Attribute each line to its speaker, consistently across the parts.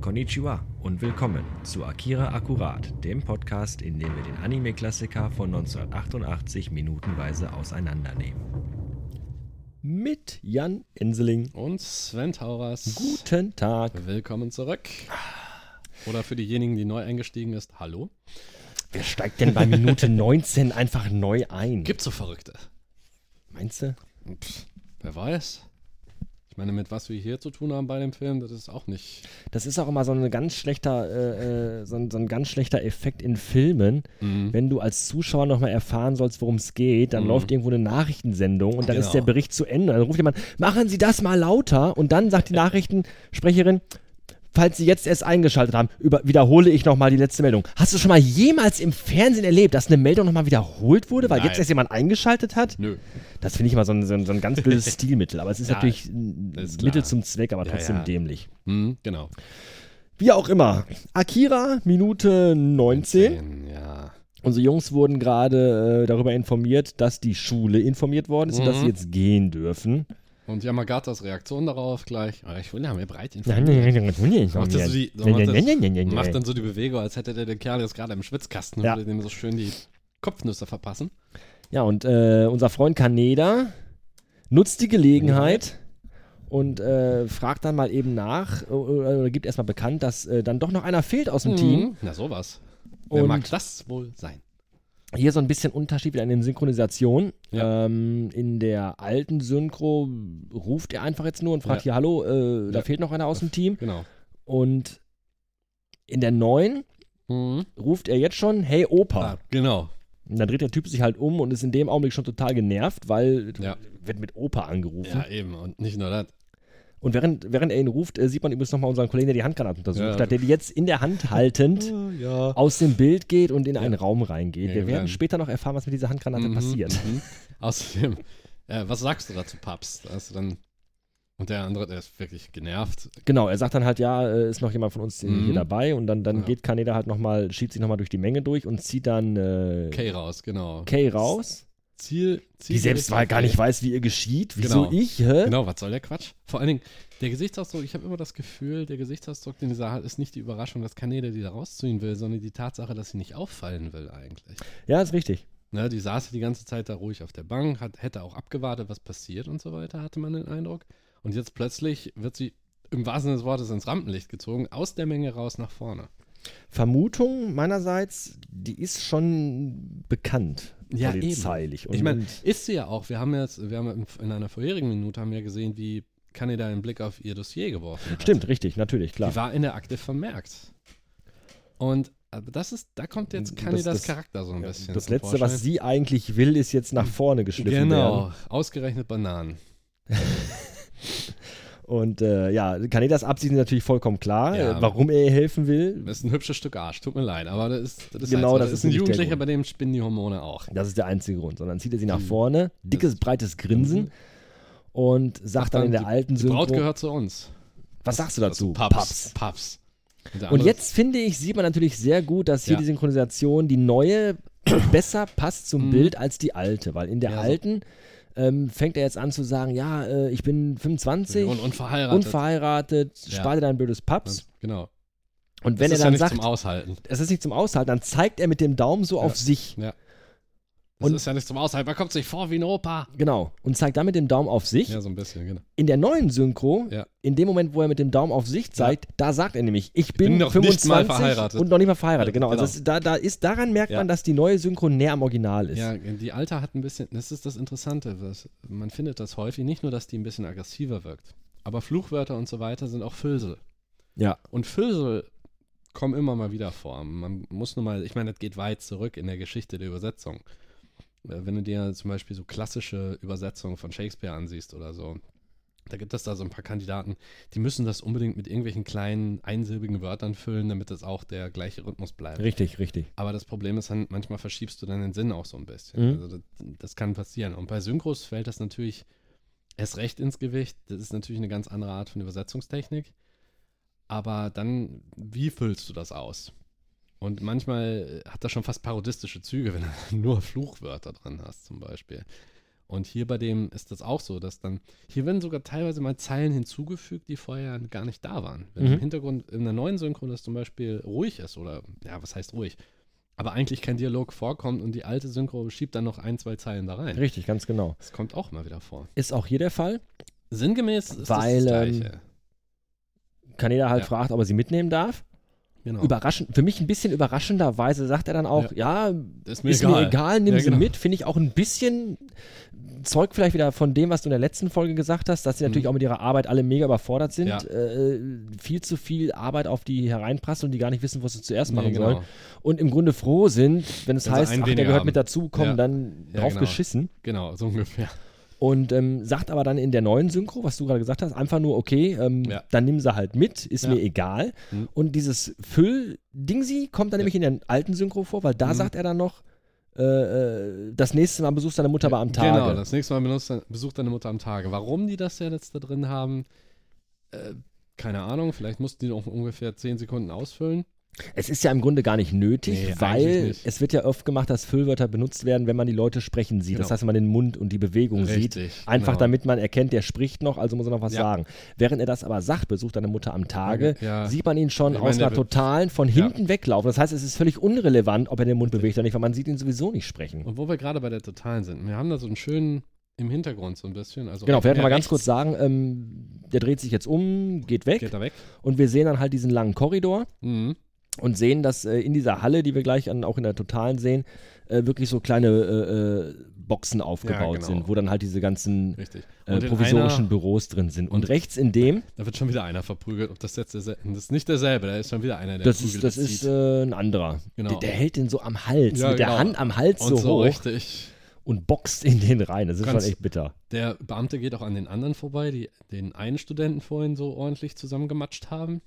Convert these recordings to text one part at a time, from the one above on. Speaker 1: Konnichiwa und willkommen zu Akira Akkurat, dem Podcast, in dem wir den Anime-Klassiker von 1988 minutenweise auseinandernehmen. Mit Jan Inseling.
Speaker 2: Und Sven Tauras.
Speaker 1: Guten Tag.
Speaker 2: Willkommen zurück. Oder für diejenigen, die neu eingestiegen ist, hallo.
Speaker 1: Wer steigt denn bei Minute 19 einfach neu ein?
Speaker 2: Gibt's so Verrückte?
Speaker 1: Meinst du?
Speaker 2: Pff, wer weiß. Ich meine, mit was wir hier zu tun haben bei dem Film, das ist auch nicht.
Speaker 1: Das ist auch immer so, eine ganz schlechter, äh, äh, so, ein, so ein ganz schlechter Effekt in Filmen,
Speaker 2: Mhm.
Speaker 1: wenn du als Zuschauer nochmal erfahren sollst, worum es geht. Dann läuft irgendwo eine Nachrichtensendung und dann ist der
Speaker 2: Genau.
Speaker 1: Bericht zu Ende. Dann ruft jemand, machen Sie das mal lauter. Und dann sagt die Nachrichtensprecherin, falls Sie jetzt erst eingeschaltet haben, über, wiederhole ich nochmal die letzte Meldung. Hast du schon mal jemals im Fernsehen erlebt, dass eine Meldung nochmal wiederholt wurde, weil
Speaker 2: Nein.
Speaker 1: jetzt erst jemand eingeschaltet hat?
Speaker 2: Nö.
Speaker 1: Das finde ich immer so ein, so, ein, so ein ganz blödes Stilmittel. Aber es ist
Speaker 2: Ja,
Speaker 1: natürlich ein
Speaker 2: ist klar.
Speaker 1: Mittel zum Zweck, aber
Speaker 2: Ja,
Speaker 1: trotzdem
Speaker 2: ja.
Speaker 1: dämlich.
Speaker 2: Hm, genau.
Speaker 1: Wie auch immer. Akira, Minute 19.
Speaker 2: Den, ja.
Speaker 1: Unsere Jungs wurden gerade äh, darüber informiert, dass die Schule informiert worden ist und
Speaker 2: Mhm.
Speaker 1: dass sie jetzt gehen dürfen.
Speaker 2: Und Yamagatas Reaktion darauf gleich. Ah, Ich will ja mir breit informieren. Macht er so die, so macht, das, macht dann
Speaker 1: Ja,
Speaker 2: so die Bewegung, als hätte der den Kerl jetzt gerade im Schwitzkasten
Speaker 1: Ja.
Speaker 2: und würde dem so schön die Kopfnüsse verpassen.
Speaker 1: und äh, unser Freund Kaneda nutzt die Gelegenheit
Speaker 2: Mhm.
Speaker 1: und äh, fragt dann mal eben nach äh, oder gibt erstmal bekannt, dass äh, dann doch noch einer fehlt aus dem Team.
Speaker 2: Hm, Na sowas. Mhm. Wer
Speaker 1: Und-
Speaker 2: mag das wohl sein?
Speaker 1: Hier so ein bisschen Unterschied wieder in den Synchronisationen.
Speaker 2: Ja.
Speaker 1: Ähm, in der alten Synchro ruft er einfach jetzt nur und fragt
Speaker 2: Ja.
Speaker 1: hier, hallo, äh, da
Speaker 2: Ja.
Speaker 1: fehlt noch einer aus dem Team.
Speaker 2: Genau.
Speaker 1: Und in der neuen
Speaker 2: Mhm.
Speaker 1: ruft er jetzt schon, hey Opa.
Speaker 2: Ah, genau.
Speaker 1: Und dann dreht der Typ sich halt um und ist in dem Augenblick schon total genervt, weil
Speaker 2: Ja.
Speaker 1: wird mit Opa angerufen.
Speaker 2: Ja, eben. Und nicht nur das.
Speaker 1: Und während, während er ihn ruft, äh, sieht man übrigens nochmal unseren Kollegen, der die Handgranaten untersucht
Speaker 2: Ja.
Speaker 1: hat, der die jetzt in der Hand haltend
Speaker 2: Ja.
Speaker 1: aus dem Bild geht und in einen Raum reingeht.
Speaker 2: Ja,
Speaker 1: Wir werden
Speaker 2: dann-
Speaker 1: später noch erfahren, was mit dieser Handgranate
Speaker 2: Mhm,
Speaker 1: passiert.
Speaker 2: mhm. Außerdem, äh, was sagst du dazu, Papst? Also dann, und der andere, der ist wirklich genervt.
Speaker 1: Genau, er sagt dann halt, ja, äh, ist noch jemand von uns
Speaker 2: Mhm.
Speaker 1: hier dabei und dann, dann
Speaker 2: Ja.
Speaker 1: geht Kaneda halt nochmal, schiebt sich nochmal durch die Menge durch und zieht dann äh,
Speaker 2: Kay raus, genau.
Speaker 1: Kay raus,
Speaker 2: Ziel, Ziel.
Speaker 1: die selbst mal gar nicht weiß, wie ihr geschieht, wieso
Speaker 2: Genau.
Speaker 1: ich, hä?
Speaker 2: Genau, was soll der Quatsch? Vor allen Dingen, der Gesichtsausdruck, ich habe immer das Gefühl, der Gesichtsausdruck, den dieser hat, ist nicht die Überraschung, dass Kanäle die da rausziehen will, sondern die Tatsache, dass sie nicht auffallen will eigentlich.
Speaker 1: Ja, ist richtig.
Speaker 2: Ne, die saß die ganze Zeit da ruhig auf der Bank, hat, hätte auch abgewartet, was passiert und so weiter, hatte man den Eindruck. Und jetzt plötzlich wird sie im wahrsten Sinne des Wortes ins Rampenlicht gezogen, aus der Menge raus nach vorne.
Speaker 1: Vermutung meinerseits, die ist schon bekannt,
Speaker 2: Ja, eben.
Speaker 1: polizeilich. Und,
Speaker 2: Ich meine,
Speaker 1: und-
Speaker 2: ist sie ja auch. Wir haben jetzt, wir haben in, in einer vorherigen Minute haben wir gesehen, wie Kaneda einen Blick auf ihr Dossier geworfen hat.
Speaker 1: stimmt, richtig, natürlich, klar.
Speaker 2: Die war in der Akte vermerkt. Und aber das ist, da kommt jetzt Kanedas
Speaker 1: das-
Speaker 2: Charakter so ein bisschen.
Speaker 1: Das
Speaker 2: zum
Speaker 1: Letzte, was
Speaker 2: Vorschein.
Speaker 1: sie eigentlich will, ist jetzt nach vorne geschliffen werden.
Speaker 2: Genau, ausgerechnet Bananen.
Speaker 1: Und äh, ja, Kanedas Absicht ist natürlich vollkommen klar,
Speaker 2: Ja.
Speaker 1: äh, warum er ihr helfen will.
Speaker 2: Das ist ein hübsches Stück Arsch, tut mir leid, aber das ist, das ist,
Speaker 1: Genau,
Speaker 2: halt so.
Speaker 1: das
Speaker 2: das
Speaker 1: ist
Speaker 2: ist ein
Speaker 1: nicht der
Speaker 2: Jugendlicher,
Speaker 1: Grund.
Speaker 2: bei dem spinnen die Hormone auch.
Speaker 1: Das ist der einzige Grund. Sondern zieht er sie nach
Speaker 2: Hm.
Speaker 1: vorne, dickes, breites Grinsen und sagt dann in der
Speaker 2: die,
Speaker 1: alten
Speaker 2: die Braut
Speaker 1: Synchro,
Speaker 2: gehört zu uns. Also
Speaker 1: was sagst du dazu?
Speaker 2: Paps. Paps. der
Speaker 1: Und
Speaker 2: andere-
Speaker 1: jetzt finde ich, sieht man natürlich sehr gut, dass hier
Speaker 2: Ja.
Speaker 1: die Synchronisation, die neue, besser passt zum Bild als die alte. Weil in der
Speaker 2: Mhm. Ja, so.
Speaker 1: alten ähm, fängt er jetzt an zu sagen, ja, äh, ich bin 25,
Speaker 2: und, und verheiratet.
Speaker 1: unverheiratet,
Speaker 2: Ja.
Speaker 1: spar dir dein blödes Paps.
Speaker 2: Genau.
Speaker 1: Und wenn er
Speaker 2: das ist
Speaker 1: dann
Speaker 2: ja nicht
Speaker 1: sagt,
Speaker 2: zum Aushalten.
Speaker 1: es ist nicht zum Aushalten, dann zeigt er mit dem Daumen so
Speaker 2: Ja.
Speaker 1: auf sich.
Speaker 2: Das
Speaker 1: Und-
Speaker 2: ist ja nicht zum Aushalten. Man kommt sich vor wie ein Opa.
Speaker 1: Genau. Und zeigt dann mit dem Daumen auf sich.
Speaker 2: Ja, so ein bisschen, genau.
Speaker 1: In der neuen Synchro,
Speaker 2: Ja.
Speaker 1: in dem Moment, wo er mit dem Daumen auf sich zeigt, da sagt er nämlich, ich bin,
Speaker 2: bin noch nicht
Speaker 1: 25
Speaker 2: mal verheiratet.
Speaker 1: und noch nicht mal verheiratet.
Speaker 2: Ja,
Speaker 1: Genau. Also
Speaker 2: genau.
Speaker 1: das, da, da ist, daran merkt
Speaker 2: Ja.
Speaker 1: man, dass die neue Synchro näher am Original ist.
Speaker 2: Ja, die Alter hat ein bisschen, das ist das Interessante, was, man findet das häufig, nicht nur, dass die ein bisschen aggressiver wirkt, aber Fluchwörter und so weiter sind auch Füllsel.
Speaker 1: Ja.
Speaker 2: Und Füllsel kommen immer mal wieder vor. Man muss nur mal, ich meine, das geht weit zurück in der Geschichte der Übersetzung. Äh, Wenn du dir zum Beispiel so klassische Übersetzungen von Shakespeare ansiehst oder so, da gibt es da so ein paar Kandidaten, die müssen das unbedingt mit irgendwelchen kleinen einsilbigen Wörtern füllen, damit das auch der gleiche Rhythmus bleibt.
Speaker 1: Richtig, richtig.
Speaker 2: Aber das Problem ist dann, manchmal verschiebst du dann den Sinn auch so ein bisschen.
Speaker 1: Mhm.
Speaker 2: Also das, das kann passieren. Und bei Synchros fällt das natürlich erst recht ins Gewicht. Das ist natürlich eine ganz andere Art von Übersetzungstechnik. Aber dann, wie füllst du das aus? Und manchmal hat das schon fast parodistische Züge, wenn du nur Fluchwörter drin hast, zum Beispiel. Und hier bei dem ist das auch so, dass dann, hier werden sogar teilweise mal Zeilen hinzugefügt, die vorher gar nicht da waren. Wenn
Speaker 1: Mhm.
Speaker 2: im Hintergrund in der neuen Synchro das zum Beispiel ruhig ist oder, ja, was heißt ruhig? Aber eigentlich kein Dialog vorkommt und die alte Synchro schiebt dann noch ein, zwei Zeilen da rein.
Speaker 1: Richtig, ganz genau.
Speaker 2: Das kommt auch mal wieder vor.
Speaker 1: Ist auch hier der Fall.
Speaker 2: Sinngemäß ist
Speaker 1: Weil,
Speaker 2: das, das
Speaker 1: ähm,
Speaker 2: Gleiche.
Speaker 1: Kaneda halt
Speaker 2: Ja.
Speaker 1: fragt, ob er sie mitnehmen darf.
Speaker 2: Genau.
Speaker 1: Überraschend, für mich ein bisschen überraschenderweise sagt er dann auch, ja,
Speaker 2: ist
Speaker 1: ist mir egal, nimm
Speaker 2: Ja,
Speaker 1: sie
Speaker 2: genau.
Speaker 1: mit. Finde ich auch ein bisschen Zeug vielleicht wieder von dem, was du in der letzten Folge gesagt hast, dass sie natürlich
Speaker 2: Mhm.
Speaker 1: auch mit ihrer Arbeit alle mega überfordert sind.
Speaker 2: Ja.
Speaker 1: Äh, viel zu viel Arbeit auf die hereinprasst und die gar nicht wissen, was sie zuerst machen
Speaker 2: Nee,
Speaker 1: sollen.
Speaker 2: genau.
Speaker 1: Und im Grunde froh sind, wenn es
Speaker 2: Wenn sie
Speaker 1: heißt,
Speaker 2: einen
Speaker 1: ach, der
Speaker 2: weniger
Speaker 1: gehört
Speaker 2: haben.
Speaker 1: mit dazu, komm,
Speaker 2: Ja.
Speaker 1: dann
Speaker 2: Ja,
Speaker 1: drauf
Speaker 2: genau.
Speaker 1: geschissen.
Speaker 2: genau, so ungefähr.
Speaker 1: Und ähm, sagt aber dann in der neuen Synchro, was du gerade gesagt hast, einfach nur, okay, ähm,
Speaker 2: Ja.
Speaker 1: dann nimm sie halt mit, ist
Speaker 2: Ja.
Speaker 1: mir egal.
Speaker 2: Mhm.
Speaker 1: Und dieses Füll-Dingsi kommt dann
Speaker 2: Ja.
Speaker 1: nämlich in der alten Synchro vor, weil da
Speaker 2: Mhm.
Speaker 1: sagt er dann noch, äh, äh, das nächste Mal besuchst deine Mutter aber am Tage.
Speaker 2: Genau, das nächste Mal benutzt, besucht deine Mutter am Tage. Warum die das ja jetzt da drin haben, äh, keine Ahnung, vielleicht mussten die noch ungefähr 10 Sekunden ausfüllen.
Speaker 1: es ist ja im Grunde gar nicht nötig,
Speaker 2: Nee, eigentlich
Speaker 1: weil
Speaker 2: nicht.
Speaker 1: es wird ja oft gemacht, dass Füllwörter benutzt werden, wenn man die Leute sprechen sieht. Das
Speaker 2: Genau.
Speaker 1: heißt, wenn man den Mund und die Bewegung sieht. Einfach
Speaker 2: genau.
Speaker 1: damit man erkennt, der spricht noch, also muss er noch was
Speaker 2: Ja.
Speaker 1: sagen. Während er das aber sagt, besucht deine Mutter am Tage,
Speaker 2: Ja.
Speaker 1: sieht man ihn schon
Speaker 2: Ich
Speaker 1: aus
Speaker 2: meine, der
Speaker 1: einer
Speaker 2: wird-
Speaker 1: totalen von
Speaker 2: Ja.
Speaker 1: hinten weglaufen. Das heißt, es ist völlig unrelevant, ob er den Mund bewegt oder nicht, weil man sieht ihn sowieso nicht sprechen.
Speaker 2: Und wo wir gerade bei der Totalen sind, wir haben da so einen schönen im Hintergrund so ein bisschen. Also
Speaker 1: genau,
Speaker 2: rechts-
Speaker 1: vielleicht noch mal
Speaker 2: ja,
Speaker 1: ganz kurz
Speaker 2: rechts
Speaker 1: sagen, ähm, der dreht sich jetzt um, geht weg
Speaker 2: Geht da weg.
Speaker 1: und wir sehen dann halt diesen langen Korridor
Speaker 2: Mhm.
Speaker 1: und sehen, dass äh, in dieser Halle, die wir gleich an, auch in der Totalen sehen, äh, wirklich so kleine äh, äh, Boxen aufgebaut
Speaker 2: genau.
Speaker 1: sind, wo dann halt diese ganzen
Speaker 2: Richtig.
Speaker 1: äh,
Speaker 2: in
Speaker 1: provisorischen
Speaker 2: einer-
Speaker 1: Büros drin sind. Und rechts in dem,
Speaker 2: Da wird schon wieder einer verprügelt. Ob das jetzt derselbe, das ist nicht derselbe, da ist schon wieder einer, der
Speaker 1: das
Speaker 2: Prügel
Speaker 1: ist, das ist
Speaker 2: bezieht.
Speaker 1: äh, ein anderer.
Speaker 2: Genau.
Speaker 1: Der, der hält den so am Hals,
Speaker 2: Ja,
Speaker 1: mit der
Speaker 2: genau.
Speaker 1: Hand am Hals
Speaker 2: Und
Speaker 1: so,
Speaker 2: so
Speaker 1: hoch
Speaker 2: richtig.
Speaker 1: und boxt in den rein. Das ist schon
Speaker 2: Ganz-
Speaker 1: echt bitter.
Speaker 2: Der Beamte geht auch an den anderen vorbei, die den einen Studenten vorhin so ordentlich zusammengematscht haben.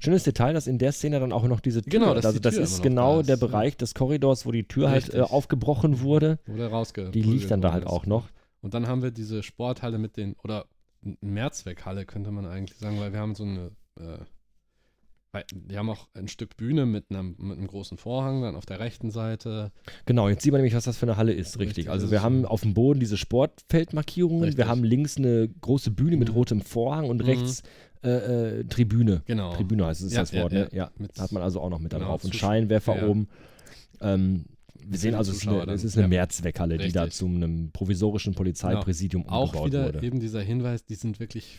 Speaker 1: Schönes Detail, dass in der Szene dann auch noch diese Tür,
Speaker 2: Genau, dass
Speaker 1: also
Speaker 2: die
Speaker 1: das
Speaker 2: Tür
Speaker 1: ist
Speaker 2: immer noch
Speaker 1: genau
Speaker 2: da ist,
Speaker 1: der
Speaker 2: ja.
Speaker 1: Bereich des Korridors, wo die Tür halt äh,
Speaker 2: Richtig.
Speaker 1: aufgebrochen wurde.
Speaker 2: Oder rausge.
Speaker 1: Die liegt dann da halt auch noch.
Speaker 2: Und dann haben wir diese Sporthalle mit den, oder M- Mehrzweckhalle könnte man eigentlich sagen, weil wir haben so eine, äh, weil- wir haben auch ein Stück Bühne mit einem, mit einem großen Vorhang, dann auf der rechten Seite.
Speaker 1: Genau, jetzt sieht man nämlich, was das für eine Halle ist, richtig.
Speaker 2: Richtig,
Speaker 1: Also
Speaker 2: das
Speaker 1: wir
Speaker 2: ist
Speaker 1: haben
Speaker 2: so.
Speaker 1: auf dem Boden diese Sportfeldmarkierungen, wir
Speaker 2: Richtig.
Speaker 1: haben links eine große Bühne mit
Speaker 2: Mhm.
Speaker 1: rotem Vorhang und
Speaker 2: Mhm.
Speaker 1: rechts äh, äh, Tribüne.
Speaker 2: Genau.
Speaker 1: Tribüne heißt es, ist
Speaker 2: Ja,
Speaker 1: das Wort,
Speaker 2: ja,
Speaker 1: ne? Ja,
Speaker 2: Mit,
Speaker 1: hat man also auch noch mit da
Speaker 2: Genau,
Speaker 1: drauf. Und
Speaker 2: Zuschauer-
Speaker 1: Scheinwerfer
Speaker 2: ja.
Speaker 1: oben. Ähm, wir sehen
Speaker 2: die
Speaker 1: also, es ist
Speaker 2: Zuschauer
Speaker 1: eine, es
Speaker 2: dann,
Speaker 1: ist eine
Speaker 2: ja.
Speaker 1: Mehrzweckhalle, die da
Speaker 2: Richtig. Genau.
Speaker 1: zu einem provisorischen Polizeipräsidium
Speaker 2: auch
Speaker 1: umgebaut
Speaker 2: wieder
Speaker 1: wurde.
Speaker 2: eben dieser Hinweis, die sind wirklich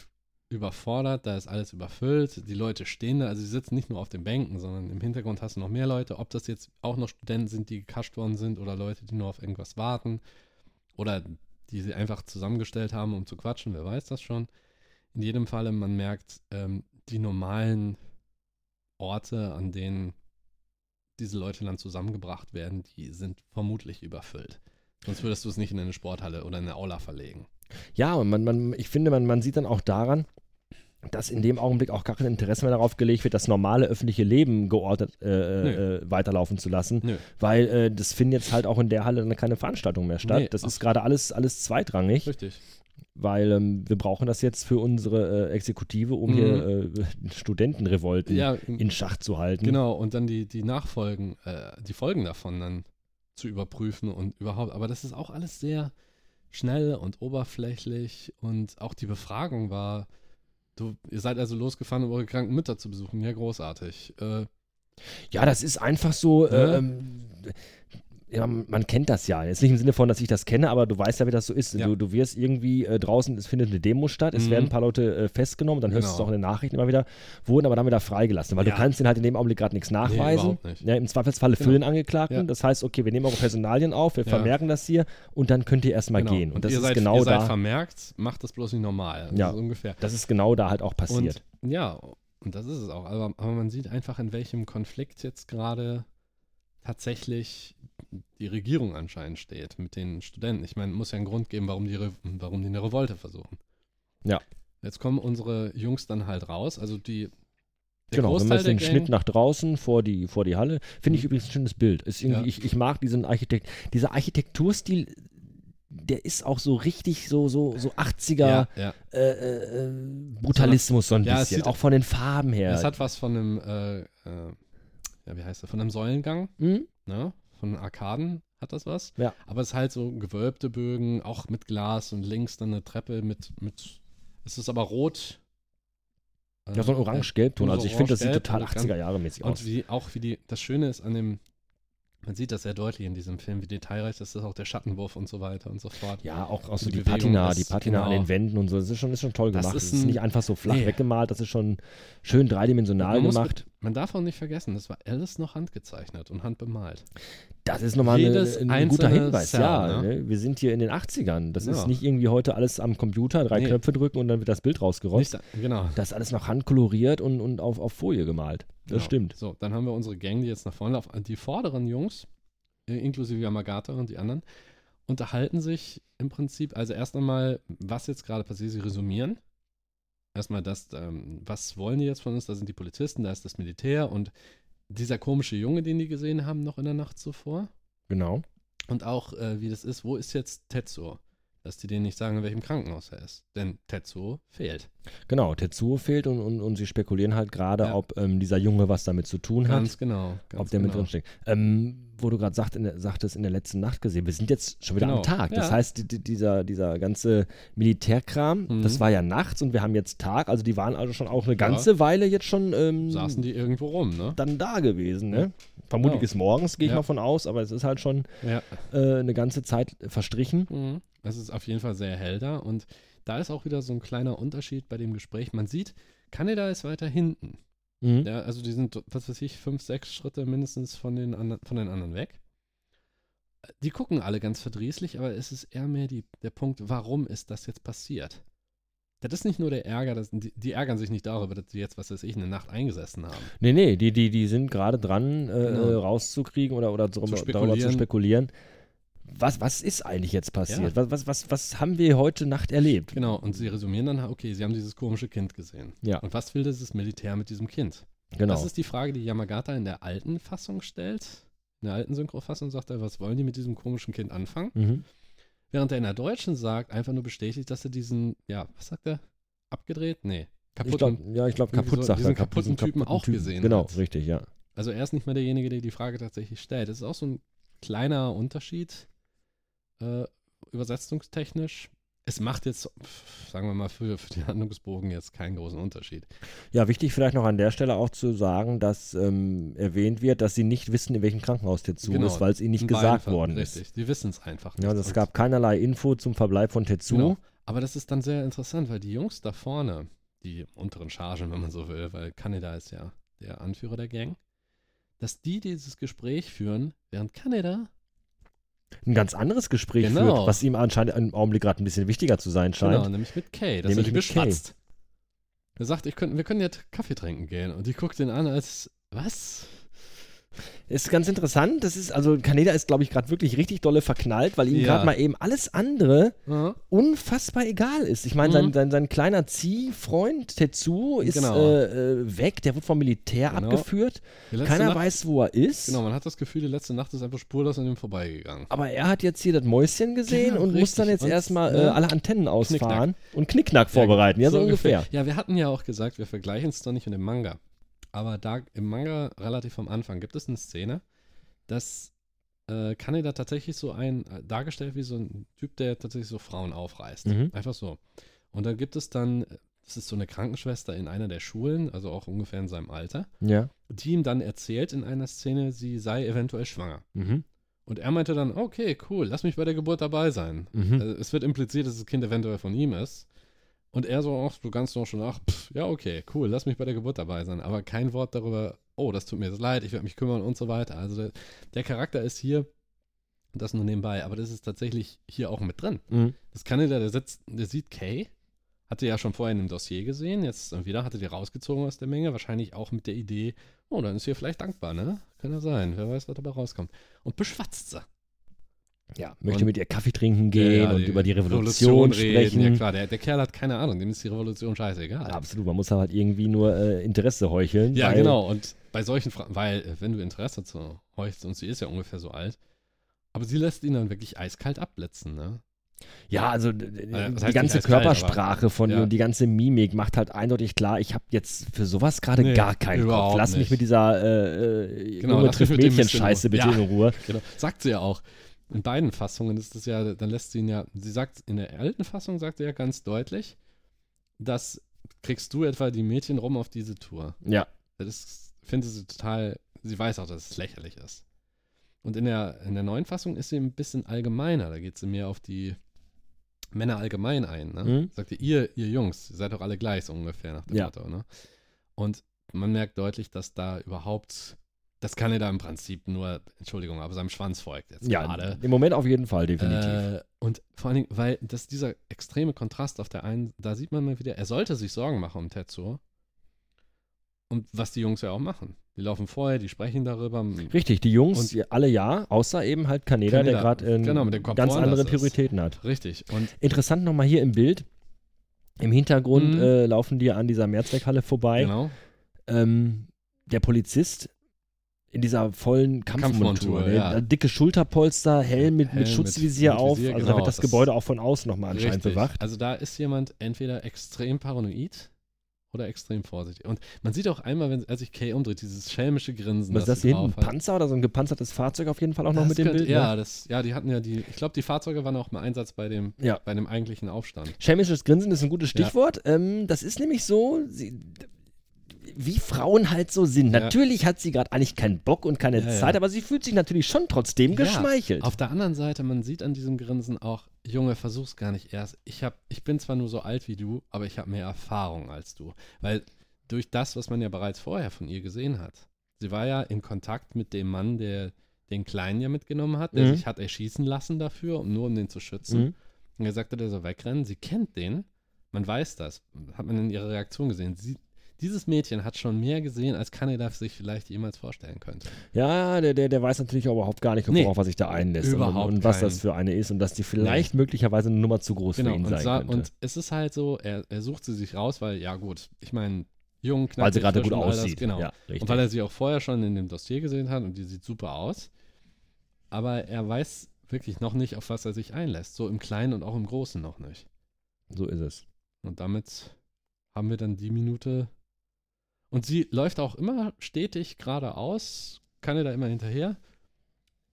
Speaker 2: überfordert, da ist alles überfüllt, die Leute stehen da, also sie sitzen nicht nur auf den Bänken, sondern im Hintergrund hast du noch mehr Leute, ob das jetzt auch noch Studenten sind, die gekascht worden sind oder Leute, die nur auf irgendwas warten oder die sie einfach zusammengestellt haben, um zu quatschen, wer weiß das schon. In jedem Falle, man merkt, ähm, die normalen Orte, an denen diese Leute dann zusammengebracht werden, die sind vermutlich überfüllt. Sonst würdest du es nicht in eine Sporthalle oder in eine Aula verlegen.
Speaker 1: Ja, und man, man, ich finde, man, man sieht dann auch daran, dass in dem Augenblick auch gar kein Interesse mehr darauf gelegt wird, das normale öffentliche Leben geordnet äh,
Speaker 2: Nö.
Speaker 1: äh, weiterlaufen zu lassen,
Speaker 2: Nö.
Speaker 1: weil äh, das finden jetzt halt auch in der Halle dann keine Veranstaltungen mehr statt.
Speaker 2: Nee,
Speaker 1: das ist
Speaker 2: absolut.
Speaker 1: gerade alles, alles zweitrangig,
Speaker 2: Richtig.
Speaker 1: weil ähm, wir brauchen das jetzt für unsere äh, Exekutive, um
Speaker 2: Mhm.
Speaker 1: hier äh, Studentenrevolten
Speaker 2: Ja,
Speaker 1: in Schach zu halten.
Speaker 2: genau. Und dann die, die Nachfolgen, äh, die Folgen davon dann zu überprüfen und überhaupt. Aber das ist auch alles sehr schnell und oberflächlich. Und auch die Befragung war, du, ihr seid also losgefahren, um eure kranken Mütter zu besuchen. Ja, großartig. Äh,
Speaker 1: Ja, das ist einfach so.
Speaker 2: Ja.
Speaker 1: Ähm, ja, man kennt das ja. Jetzt nicht im Sinne von, dass ich das kenne, aber du weißt ja, wie das so ist.
Speaker 2: Ja.
Speaker 1: Du, du wirst irgendwie äh, draußen, es findet eine Demo statt, es
Speaker 2: Mhm.
Speaker 1: werden ein paar Leute äh, festgenommen, dann hörst du es
Speaker 2: Genau.
Speaker 1: auch in den Nachrichten immer wieder, wurden aber dann wieder freigelassen, weil
Speaker 2: Ja.
Speaker 1: du kannst denen halt in dem Augenblick gerade nichts nachweisen.
Speaker 2: überhaupt nicht.
Speaker 1: ja, Im Zweifelsfalle
Speaker 2: Genau.
Speaker 1: für den Angeklagten.
Speaker 2: Ja.
Speaker 1: Das heißt, okay, wir nehmen eure Personalien auf, wir
Speaker 2: Ja.
Speaker 1: vermerken das hier und dann könnt ihr erstmal
Speaker 2: genau.
Speaker 1: gehen. Und, das
Speaker 2: ihr
Speaker 1: ist
Speaker 2: seid,
Speaker 1: genau
Speaker 2: ihr seid
Speaker 1: da.
Speaker 2: vermerkt, macht das bloß nicht normal.
Speaker 1: Ja.
Speaker 2: So ungefähr.
Speaker 1: Das ist genau da halt auch passiert.
Speaker 2: Und, ja, und das ist es auch. Aber, aber man sieht einfach, in welchem Konflikt jetzt gerade tatsächlich die Regierung anscheinend steht mit den Studenten. Ich meine, muss ja einen Grund geben, warum die, Re warum die eine Revolte versuchen.
Speaker 1: Ja.
Speaker 2: Jetzt kommen unsere Jungs dann halt raus. Also die. Der
Speaker 1: Genau, wenn man
Speaker 2: Großteil
Speaker 1: jetzt
Speaker 2: der
Speaker 1: den
Speaker 2: Gang, Mhm.
Speaker 1: Schnitt nach draußen vor die, vor die Halle, finde ich übrigens ein schönes Bild. Ist irgendwie,
Speaker 2: Ja.
Speaker 1: ich, ich mag diesen Architekt, dieser Architekturstil, der ist auch so richtig so, so, so 80er
Speaker 2: Ja, ja.
Speaker 1: äh, äh, äh, Brutalismus so ein
Speaker 2: Ja, es
Speaker 1: bisschen,
Speaker 2: sieht-
Speaker 1: auch von den Farben her.
Speaker 2: Es hat was von einem, äh, äh, ja, wie heißt das, von einem Säulengang,
Speaker 1: Hm?
Speaker 2: ne? von Arkaden hat das was.
Speaker 1: Ja.
Speaker 2: Aber es ist halt so gewölbte Bögen, auch mit Glas und links dann eine Treppe mit, mit es ist aber rot. äh,
Speaker 1: Ja, so ein orange-gelb-Ton.
Speaker 2: so
Speaker 1: Also ich finde, das sieht
Speaker 2: orange-gelb
Speaker 1: total
Speaker 2: und ganz-
Speaker 1: 80er-Jahre-mäßig aus.
Speaker 2: Und wie, auch wie die, das Schöne ist an dem, man sieht das sehr deutlich in diesem Film, wie detailreich das ist, auch der Schattenwurf und so weiter und so fort.
Speaker 1: Ja, auch, auch so
Speaker 2: Die
Speaker 1: die,
Speaker 2: Bewegung
Speaker 1: Patina,
Speaker 2: ist-
Speaker 1: die Patina an
Speaker 2: genau.
Speaker 1: den Wänden und so. Das ist schon, ist schon toll
Speaker 2: Das
Speaker 1: gemacht. Das
Speaker 2: ist
Speaker 1: ist,
Speaker 2: ein-
Speaker 1: nicht einfach so flach
Speaker 2: Nee.
Speaker 1: weggemalt, das ist schon schön dreidimensional
Speaker 2: Man muss-
Speaker 1: gemacht.
Speaker 2: Man darf auch nicht vergessen, das war alles noch handgezeichnet und handbemalt.
Speaker 1: Das ist nochmal eine,
Speaker 2: Jedes
Speaker 1: ein guter
Speaker 2: einzelne
Speaker 1: Hinweis.
Speaker 2: Cell,
Speaker 1: ja,
Speaker 2: ne?
Speaker 1: ne? wir sind hier in den 80ern. Das
Speaker 2: Ja.
Speaker 1: ist nicht irgendwie heute alles am Computer, drei
Speaker 2: Nee.
Speaker 1: Knöpfe drücken und dann wird das Bild rausgerotzt.
Speaker 2: Nicht, genau.
Speaker 1: Das ist alles noch handkoloriert und, und auf, auf Folie gemalt. Das
Speaker 2: Genau.
Speaker 1: stimmt.
Speaker 2: So, dann haben wir unsere Gang, die jetzt nach vorne laufen. Die vorderen Jungs, äh, inklusive Yamagata und die anderen, unterhalten sich im Prinzip, also erst einmal, was jetzt gerade passiert, sie resümieren. Erstmal das, ähm, was wollen die jetzt von uns? Da sind die Polizisten, da ist das Militär und dieser komische Junge, den die gesehen haben, noch in der Nacht zuvor.
Speaker 1: Genau.
Speaker 2: Und auch, äh, wie das ist, wo ist jetzt Tetsuo? Dass die denen nicht sagen, in welchem Krankenhaus er ist. Denn Tetsuo fehlt.
Speaker 1: Genau, Tetsuo fehlt und, und, und sie spekulieren halt gerade,
Speaker 2: Ja.
Speaker 1: ob ähm, dieser Junge was damit zu tun hat.
Speaker 2: Ganz genau. Ganz
Speaker 1: ob der mit
Speaker 2: genau.
Speaker 1: drin steckt. Ähm, wo du gerade sagt, in der- sagtest, in der letzten Nacht gesehen, wir sind jetzt schon wieder
Speaker 2: Genau,
Speaker 1: am Tag. Das
Speaker 2: ja.
Speaker 1: heißt, die, die, dieser, dieser ganze Militärkram,
Speaker 2: Mhm.
Speaker 1: das war ja nachts und wir haben jetzt Tag, also die waren also schon auch eine ganze Weile jetzt schon ähm,
Speaker 2: Saßen die irgendwo rum, ne?
Speaker 1: dann da gewesen. Ne? Vermutlich
Speaker 2: Genau.
Speaker 1: ist morgens, gehe ich
Speaker 2: Ja.
Speaker 1: mal von aus, aber es ist halt schon
Speaker 2: Ja.
Speaker 1: äh, eine ganze Zeit verstrichen.
Speaker 2: Mhm. Es ist auf jeden Fall sehr hell da und da ist auch wieder so ein kleiner Unterschied bei dem Gespräch. Man sieht, Kanada ist weiter hinten.
Speaker 1: Mhm.
Speaker 2: Ja, also die sind, was weiß ich, fünf, sechs Schritte mindestens von den, andern, von den anderen weg. Die gucken alle ganz verdrießlich, aber es ist eher mehr die, der Punkt, warum ist das jetzt passiert? Das ist nicht nur der Ärger, dass, die, die ärgern sich nicht darüber, dass die jetzt, was weiß ich, eine Nacht eingesessen haben.
Speaker 1: Nee, nee, die, die, die sind gerade dran, äh,
Speaker 2: Genau.
Speaker 1: äh, rauszukriegen oder, oder drum, darüber zu
Speaker 2: spekulieren.
Speaker 1: spekulieren. Was, was ist eigentlich jetzt passiert?
Speaker 2: Ja.
Speaker 1: Was, was, was, was haben wir heute Nacht erlebt?
Speaker 2: Genau, und sie resümieren dann, okay, sie haben dieses komische Kind gesehen.
Speaker 1: Ja.
Speaker 2: Und was will dieses Militär mit diesem Kind?
Speaker 1: Genau.
Speaker 2: Das ist die Frage, die Yamagata in der alten Fassung stellt. In der alten Synchrofassung sagt er, was wollen die mit diesem komischen Kind anfangen?
Speaker 1: Mhm.
Speaker 2: Während er in der deutschen sagt, einfach nur bestätigt, dass er diesen, ja, was sagt er? Abgedreht? Nee.
Speaker 1: Ich
Speaker 2: Kaputt.
Speaker 1: glaub, ja, ich glaube,
Speaker 2: irgendwie
Speaker 1: kaputt
Speaker 2: so
Speaker 1: sagt
Speaker 2: diesen
Speaker 1: er. kaputt-
Speaker 2: kaputten Typen auch gesehen
Speaker 1: Genau,
Speaker 2: hat.
Speaker 1: richtig, ja.
Speaker 2: Also er ist nicht mal derjenige, der die Frage tatsächlich stellt. Das ist auch so ein kleiner Unterschied, äh, übersetzungstechnisch. Es macht jetzt, pf, sagen wir mal, für, für den Handlungsbogen jetzt keinen großen Unterschied.
Speaker 1: Ja, wichtig vielleicht noch an der Stelle auch zu sagen, dass ähm, erwähnt wird, dass sie nicht wissen, in welchem Krankenhaus Tetsuo
Speaker 2: Genau.
Speaker 1: ist, weil es ihnen nicht
Speaker 2: In beiden
Speaker 1: gesagt
Speaker 2: Fällen,
Speaker 1: worden
Speaker 2: Richtig, die wissen es einfach
Speaker 1: ist. Ja,
Speaker 2: nicht.
Speaker 1: also es
Speaker 2: Und-
Speaker 1: gab keinerlei Info zum Verbleib von Tetsuo.
Speaker 2: Genau. Aber das ist dann sehr interessant, weil die Jungs da vorne, die unteren Chargen, wenn man so will, weil Kaneda ist ja der Anführer der Gang, dass die dieses Gespräch führen, während Kaneda,
Speaker 1: Ein ganz anderes Gespräch
Speaker 2: Genau.
Speaker 1: führt, was ihm anscheinend im Augenblick gerade ein bisschen wichtiger zu sein scheint.
Speaker 2: genau, nämlich mit Kay, dass er
Speaker 1: Nämlich
Speaker 2: die
Speaker 1: mit Kay.
Speaker 2: beschwatzt. Er sagt, ich könnte, wir können jetzt Kaffee trinken gehen. Und die guckt ihn an als, was?
Speaker 1: Ist ganz interessant. Das ist, also Kaneda ist, glaube ich, gerade wirklich richtig dolle verknallt, weil ihm
Speaker 2: Ja.
Speaker 1: gerade mal eben alles andere
Speaker 2: Ja.
Speaker 1: unfassbar egal ist. Ich meine,
Speaker 2: Mhm.
Speaker 1: sein, sein, sein kleiner Ziehfreund Tetsuo ist
Speaker 2: Genau.
Speaker 1: äh, äh, weg, der wird vom Militär
Speaker 2: Genau.
Speaker 1: abgeführt.
Speaker 2: Die letzte
Speaker 1: Keiner
Speaker 2: Nacht,
Speaker 1: weiß, wo er ist.
Speaker 2: Genau, man hat das Gefühl, die letzte Nacht ist einfach spurlos an ihm vorbeigegangen.
Speaker 1: Aber er hat jetzt hier das Mäuschen gesehen
Speaker 2: Genau,
Speaker 1: und muss
Speaker 2: richtig.
Speaker 1: dann jetzt
Speaker 2: Und,
Speaker 1: erstmal äh,
Speaker 2: ne?
Speaker 1: alle Antennen ausfahren und Knickknack vorbereiten. Ja, so, ungefähr.
Speaker 2: Ja, wir hatten ja auch gesagt, wir vergleichen es doch nicht mit dem Manga. Aber da im Manga relativ am Anfang gibt es eine Szene, dass äh, Kaneda tatsächlich so ein, äh, dargestellt wie so ein Typ, der tatsächlich so Frauen aufreißt.
Speaker 1: Mhm.
Speaker 2: Einfach so. Und dann gibt es dann, äh, das ist so eine Krankenschwester in einer der Schulen, also auch ungefähr in seinem Alter,
Speaker 1: Ja.
Speaker 2: die ihm dann erzählt in einer Szene, sie sei eventuell schwanger.
Speaker 1: Mhm.
Speaker 2: Und er meinte dann, okay, cool, lass mich bei der Geburt dabei sein.
Speaker 1: Mhm.
Speaker 2: Also es wird impliziert, dass das Kind eventuell von ihm ist. Und er so auch, du kannst noch schon nach, pff, ja, okay, cool, lass mich bei der Geburt dabei sein. Aber kein Wort darüber, oh, das tut mir jetzt leid, ich werde mich kümmern und so weiter. Also der, der Charakter ist hier, das nur nebenbei, aber das ist tatsächlich hier auch mit drin.
Speaker 1: Mhm.
Speaker 2: Das kann er, der sitzt, der sieht Kay, hatte ja schon vorher in dem Dossier gesehen, jetzt wieder hatte die rausgezogen aus der Menge, wahrscheinlich auch mit der Idee, oh, dann ist hier vielleicht dankbar, ne? Kann ja sein, wer weiß, was dabei rauskommt. Und beschwatzt sie.
Speaker 1: ja. Möchte
Speaker 2: Und-
Speaker 1: mit ihr Kaffee trinken gehen
Speaker 2: Ja, ja,
Speaker 1: und über die Revolution,
Speaker 2: Genau, reden,
Speaker 1: sprechen.
Speaker 2: Ja klar, der, der Kerl hat keine Ahnung, dem ist die Revolution scheißegal.
Speaker 1: Ja, absolut, man muss da halt irgendwie nur äh, Interesse heucheln.
Speaker 2: ja,
Speaker 1: weil-
Speaker 2: genau. Und bei solchen Fragen, weil äh, wenn du Interesse zu heuchst und sie ist ja ungefähr so alt, aber sie lässt ihn dann wirklich eiskalt abblitzen, ne?
Speaker 1: Ja, also
Speaker 2: Ah das heißt
Speaker 1: die
Speaker 2: nicht
Speaker 1: ganze
Speaker 2: eiskalt, aber-
Speaker 1: Körpersprache von
Speaker 2: ja.
Speaker 1: ihr und die ganze Mimik macht halt eindeutig klar, ich habe jetzt für sowas gerade
Speaker 2: Nee,
Speaker 1: gar keinen Kopf.
Speaker 2: überhaupt
Speaker 1: Lass mich
Speaker 2: nicht.
Speaker 1: mit dieser äh, äh,
Speaker 2: Genau,
Speaker 1: Junge
Speaker 2: lass mich
Speaker 1: trifft
Speaker 2: mit dem Mist in
Speaker 1: Mädchen-Scheiße
Speaker 2: Ruhe.
Speaker 1: bitte
Speaker 2: Ja.
Speaker 1: in Ruhe.
Speaker 2: Genau. Sagt sie ja auch. In beiden Fassungen ist es ja, dann lässt sie ihn ja, sie sagt, in der alten Fassung sagt sie ja ganz deutlich, dass kriegst du etwa die Mädchen rum auf diese Tour.
Speaker 1: Ja,
Speaker 2: Das ist, finde sie total, sie weiß auch, dass es lächerlich ist. Und in der, in der neuen Fassung ist sie ein bisschen allgemeiner, da geht sie mehr auf die Männer allgemein ein. Ne?
Speaker 1: Mhm.
Speaker 2: Sagt ihr, ihr, ihr Jungs, ihr seid doch alle gleich, so ungefähr nach dem
Speaker 1: Ja.
Speaker 2: Motto. Ne? Und man merkt deutlich, dass da überhaupt, das kann er da im Prinzip nur, Entschuldigung, aber seinem Schwanz folgt jetzt
Speaker 1: ja
Speaker 2: gerade.
Speaker 1: im Moment auf jeden Fall, definitiv.
Speaker 2: Äh, und vor allen Dingen, weil das dieser extreme Kontrast auf der einen, da sieht man mal wieder, er sollte sich Sorgen machen um Tetsuo. Und was die Jungs ja auch machen. Die laufen vorher, die sprechen darüber.
Speaker 1: Richtig, die Jungs,
Speaker 2: und-
Speaker 1: ja, alle ja, außer eben halt Kaneda,
Speaker 2: Kaneda,
Speaker 1: der gerade ähm,
Speaker 2: genau, mit dem Kopf
Speaker 1: ganz
Speaker 2: woanders
Speaker 1: andere
Speaker 2: ist.
Speaker 1: Prioritäten hat.
Speaker 2: Richtig. Und
Speaker 1: Interessant nochmal hier im Bild. Im Hintergrund
Speaker 2: Mhm.
Speaker 1: äh, laufen die an dieser Mehrzweckhalle vorbei.
Speaker 2: genau,
Speaker 1: ähm, der Polizist in dieser vollen Kampfmontur.
Speaker 2: Kampfmontur,
Speaker 1: ne?
Speaker 2: ja.
Speaker 1: Dicke Schulterpolster, Helm mit, mit
Speaker 2: Helm
Speaker 1: Schutzvisier
Speaker 2: mit- mit
Speaker 1: auf.
Speaker 2: Visier,
Speaker 1: also da
Speaker 2: genau,
Speaker 1: wird das,
Speaker 2: das-
Speaker 1: Gebäude auch von außen nochmal anscheinend
Speaker 2: richtig.
Speaker 1: bewacht.
Speaker 2: Also da ist jemand entweder extrem paranoid oder extrem vorsichtig. Und man sieht auch einmal, wenn er sich Kay umdreht, dieses schelmische Grinsen.
Speaker 1: Was ist das
Speaker 2: sie
Speaker 1: hier hinten?
Speaker 2: drauf
Speaker 1: Ein
Speaker 2: hat.
Speaker 1: Panzer oder so ein gepanzertes Fahrzeug auf jeden Fall auch noch
Speaker 2: genau, halt. Das
Speaker 1: mit dem
Speaker 2: könnte-
Speaker 1: Bild?
Speaker 2: Ja,
Speaker 1: Ne?
Speaker 2: das, ja, die hatten ja die, ich glaube, die Fahrzeuge waren auch mal Einsatz bei dem,
Speaker 1: Ja.
Speaker 2: bei dem eigentlichen Aufstand.
Speaker 1: Schelmisches Grinsen ist ein gutes Stichwort. Ähm, das ist nämlich so, sie, wie Frauen halt so sind.
Speaker 2: Ja.
Speaker 1: Natürlich hat sie gerade eigentlich keinen Bock und keine
Speaker 2: Ja, ja.
Speaker 1: Zeit, aber sie fühlt sich natürlich schon trotzdem
Speaker 2: Ja,
Speaker 1: geschmeichelt.
Speaker 2: Auf der anderen Seite, man sieht an diesem Grinsen auch, Junge, versuch's gar nicht erst. Ich hab, ich bin zwar nur so alt wie du, aber ich habe mehr Erfahrung als du. Weil durch das, was man ja bereits vorher von ihr gesehen hat, sie war ja in Kontakt mit dem Mann, der den Kleinen ja mitgenommen hat, der
Speaker 1: Mhm.
Speaker 2: sich hat erschießen lassen dafür, um nur um den zu schützen.
Speaker 1: Mhm.
Speaker 2: Und er sagte, der soll wegrennen. Sie kennt den. Man weiß das. Hat man in ihrer Reaktion gesehen. Sie, dieses Mädchen hat schon mehr gesehen, als Kaneda sich vielleicht jemals vorstellen könnte.
Speaker 1: Ja, der, der, der weiß natürlich auch überhaupt gar nicht,
Speaker 2: Nee.
Speaker 1: worauf er sich da einlässt
Speaker 2: Überhaupt
Speaker 1: und, und was
Speaker 2: keinen.
Speaker 1: das für eine ist und dass die vielleicht möglicherweise eine Nummer zu groß für ihn
Speaker 2: Genau, und,
Speaker 1: sein
Speaker 2: sa-
Speaker 1: könnte.
Speaker 2: und es ist halt so, er, er sucht sie sich raus, weil, ja gut, ich meine, jung, knackig,
Speaker 1: weil sie gerade
Speaker 2: frisch
Speaker 1: gut
Speaker 2: und all das,
Speaker 1: aussieht.
Speaker 2: genau.
Speaker 1: Ja, richtig.
Speaker 2: und weil er sie auch vorher schon in dem Dossier gesehen hat und die sieht super aus. Aber er weiß wirklich noch nicht, auf was er sich einlässt. So im Kleinen und auch im Großen noch nicht.
Speaker 1: so ist es.
Speaker 2: Und damit haben wir dann die Minute. Und sie läuft auch immer stetig geradeaus, kann er da immer hinterher.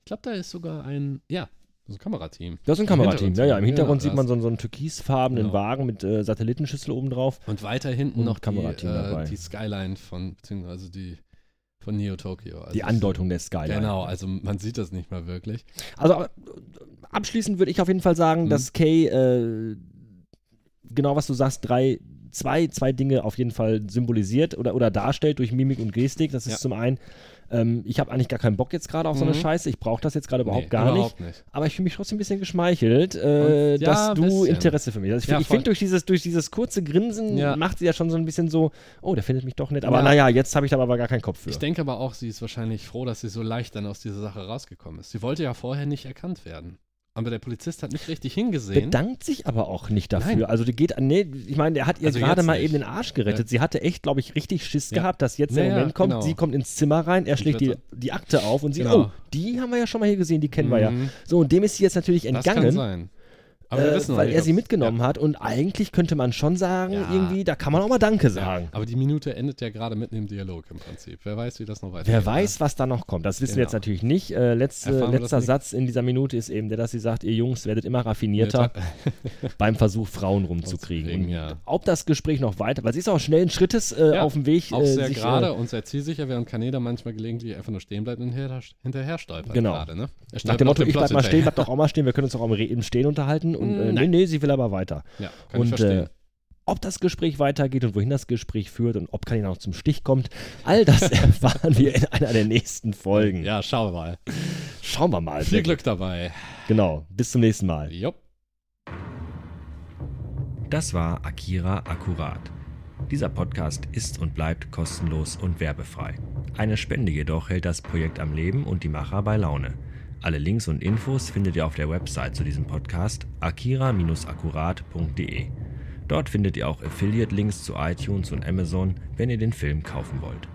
Speaker 2: Ich glaube, da ist sogar ein, ja, so ein Kamerateam.
Speaker 1: Das ist ein
Speaker 2: Im
Speaker 1: Kamerateam. Ja,
Speaker 2: Hintergrund.
Speaker 1: ja, im Hintergrund
Speaker 2: Genau,
Speaker 1: sieht
Speaker 2: das-
Speaker 1: man so, einen- so einen türkisfarbenen
Speaker 2: Genau.
Speaker 1: Wagen mit äh, Satellitenschüssel oben drauf.
Speaker 2: Und weiter hinten
Speaker 1: Und
Speaker 2: noch die,
Speaker 1: Kamerateam dabei.
Speaker 2: äh, die Skyline von, beziehungsweise also die von Neo Tokyo. Also
Speaker 1: Die Andeutung der Skyline.
Speaker 2: Genau, also man sieht das nicht mal wirklich.
Speaker 1: Also äh, abschließend würde ich auf jeden Fall sagen,
Speaker 2: Mhm.
Speaker 1: dass Kay, äh, genau was du sagst, drei, zwei, zwei Dinge auf jeden Fall symbolisiert oder, oder darstellt durch Mimik und Gestik. Das ist
Speaker 2: Ja.
Speaker 1: zum einen, ähm, ich habe eigentlich gar keinen Bock jetzt gerade auf so eine
Speaker 2: Mhm.
Speaker 1: Scheiße, ich brauche das jetzt gerade überhaupt
Speaker 2: Nee,
Speaker 1: gar nicht.
Speaker 2: überhaupt nicht.
Speaker 1: Aber ich fühle mich trotzdem ein bisschen geschmeichelt, äh,
Speaker 2: Und- ja,
Speaker 1: dass du
Speaker 2: bisschen.
Speaker 1: Interesse für mich hast. Also Ich,
Speaker 2: Ja,
Speaker 1: ich
Speaker 2: voll.
Speaker 1: finde, durch dieses, durch dieses kurze Grinsen
Speaker 2: Ja.
Speaker 1: macht sie ja schon so ein bisschen so, oh, der findet mich doch nicht. Aber
Speaker 2: Ja.
Speaker 1: naja, jetzt habe ich da aber gar keinen Kopf für.
Speaker 2: Ich denke aber auch, sie ist wahrscheinlich froh, dass sie so leicht dann aus dieser Sache rausgekommen ist. Sie wollte ja vorher nicht erkannt werden. Aber der Polizist hat nicht richtig hingesehen.
Speaker 1: Bedankt sich aber auch nicht dafür.
Speaker 2: Nein.
Speaker 1: Also die geht an, nee, ich meine, der hat ihr
Speaker 2: Also
Speaker 1: gerade
Speaker 2: jetzt
Speaker 1: mal
Speaker 2: nicht.
Speaker 1: eben den Arsch gerettet.
Speaker 2: Ja.
Speaker 1: Sie hatte echt, glaube ich, richtig Schiss
Speaker 2: Ja.
Speaker 1: gehabt, dass jetzt der
Speaker 2: Ja, ja,
Speaker 1: Moment kommt.
Speaker 2: genau.
Speaker 1: Sie kommt ins Zimmer rein, er schlägt die,
Speaker 2: wird
Speaker 1: die Akte auf und sieht,
Speaker 2: Genau.
Speaker 1: oh, die haben wir ja schon mal hier gesehen, die kennen wir ja.
Speaker 2: Mhm.
Speaker 1: So, und dem ist sie jetzt natürlich
Speaker 2: Das kann
Speaker 1: entgangen.
Speaker 2: sein. Aber wir
Speaker 1: äh,
Speaker 2: wissen noch
Speaker 1: weil
Speaker 2: nicht,
Speaker 1: er
Speaker 2: ob-
Speaker 1: sie mitgenommen hat und eigentlich könnte man schon sagen,
Speaker 2: Ja.
Speaker 1: irgendwie, da kann man auch mal Danke
Speaker 2: ja.
Speaker 1: sagen.
Speaker 2: Ja. Aber die Minute endet ja gerade mitten im Dialog im Prinzip. Wer weiß, wie das noch weitergeht. ne?
Speaker 1: Wer weiß, was da noch kommt. Das wissen wir
Speaker 2: Genau.
Speaker 1: jetzt natürlich nicht. Äh, letzte,
Speaker 2: Erfahren wir
Speaker 1: letzter
Speaker 2: das nicht.
Speaker 1: Satz in dieser Minute ist eben der, dass sie sagt, ihr Jungs werdet immer raffinierter beim Versuch, Frauen rumzukriegen.
Speaker 2: Rumzukriegen,
Speaker 1: Und
Speaker 2: ja.
Speaker 1: Ob das Gespräch noch weiter, weil sie ist auch schnellen Schrittes äh,
Speaker 2: Ja,
Speaker 1: auf dem Weg.
Speaker 2: Auch
Speaker 1: äh,
Speaker 2: sehr
Speaker 1: sich,
Speaker 2: gerade und sehr zielsicher, während Kaneda manchmal gelegentlich einfach nur stehen bleibt und hinterher, hinterher stolpert.
Speaker 1: Genau.
Speaker 2: Gerade, ne? Er
Speaker 1: Äh, nach dem
Speaker 2: stolpert
Speaker 1: Motto,
Speaker 2: auf den
Speaker 1: ich bleib
Speaker 2: Platz
Speaker 1: mal stehen,
Speaker 2: hinterher. Mm.
Speaker 1: bleib doch auch mal stehen, wir können uns doch auch im Re- im Stehen unterhalten. Und äh, nee,
Speaker 2: Nein.
Speaker 1: nee, sie will aber weiter.
Speaker 2: Ja, kann ich
Speaker 1: und
Speaker 2: verstehen.
Speaker 1: äh, ob das Gespräch weitergeht und wohin das Gespräch führt und ob Kanina noch zum Stich kommt, all das erfahren wir in einer der nächsten Folgen.
Speaker 2: ja, schauen wir mal.
Speaker 1: Schauen wir mal.
Speaker 2: Viel Glück dabei.
Speaker 1: Genau. Bis zum nächsten Mal.
Speaker 2: Jupp.
Speaker 3: Das war Akira Akkurat. Dieser Podcast ist und bleibt kostenlos und werbefrei. Eine Spende jedoch hält das Projekt am Leben und die Macher bei Laune. Alle Links und Infos findet ihr auf der Website zu diesem Podcast akira-akkurat.de. Dort findet ihr auch Affiliate-Links zu iTunes und Amazon, wenn ihr den Film kaufen wollt.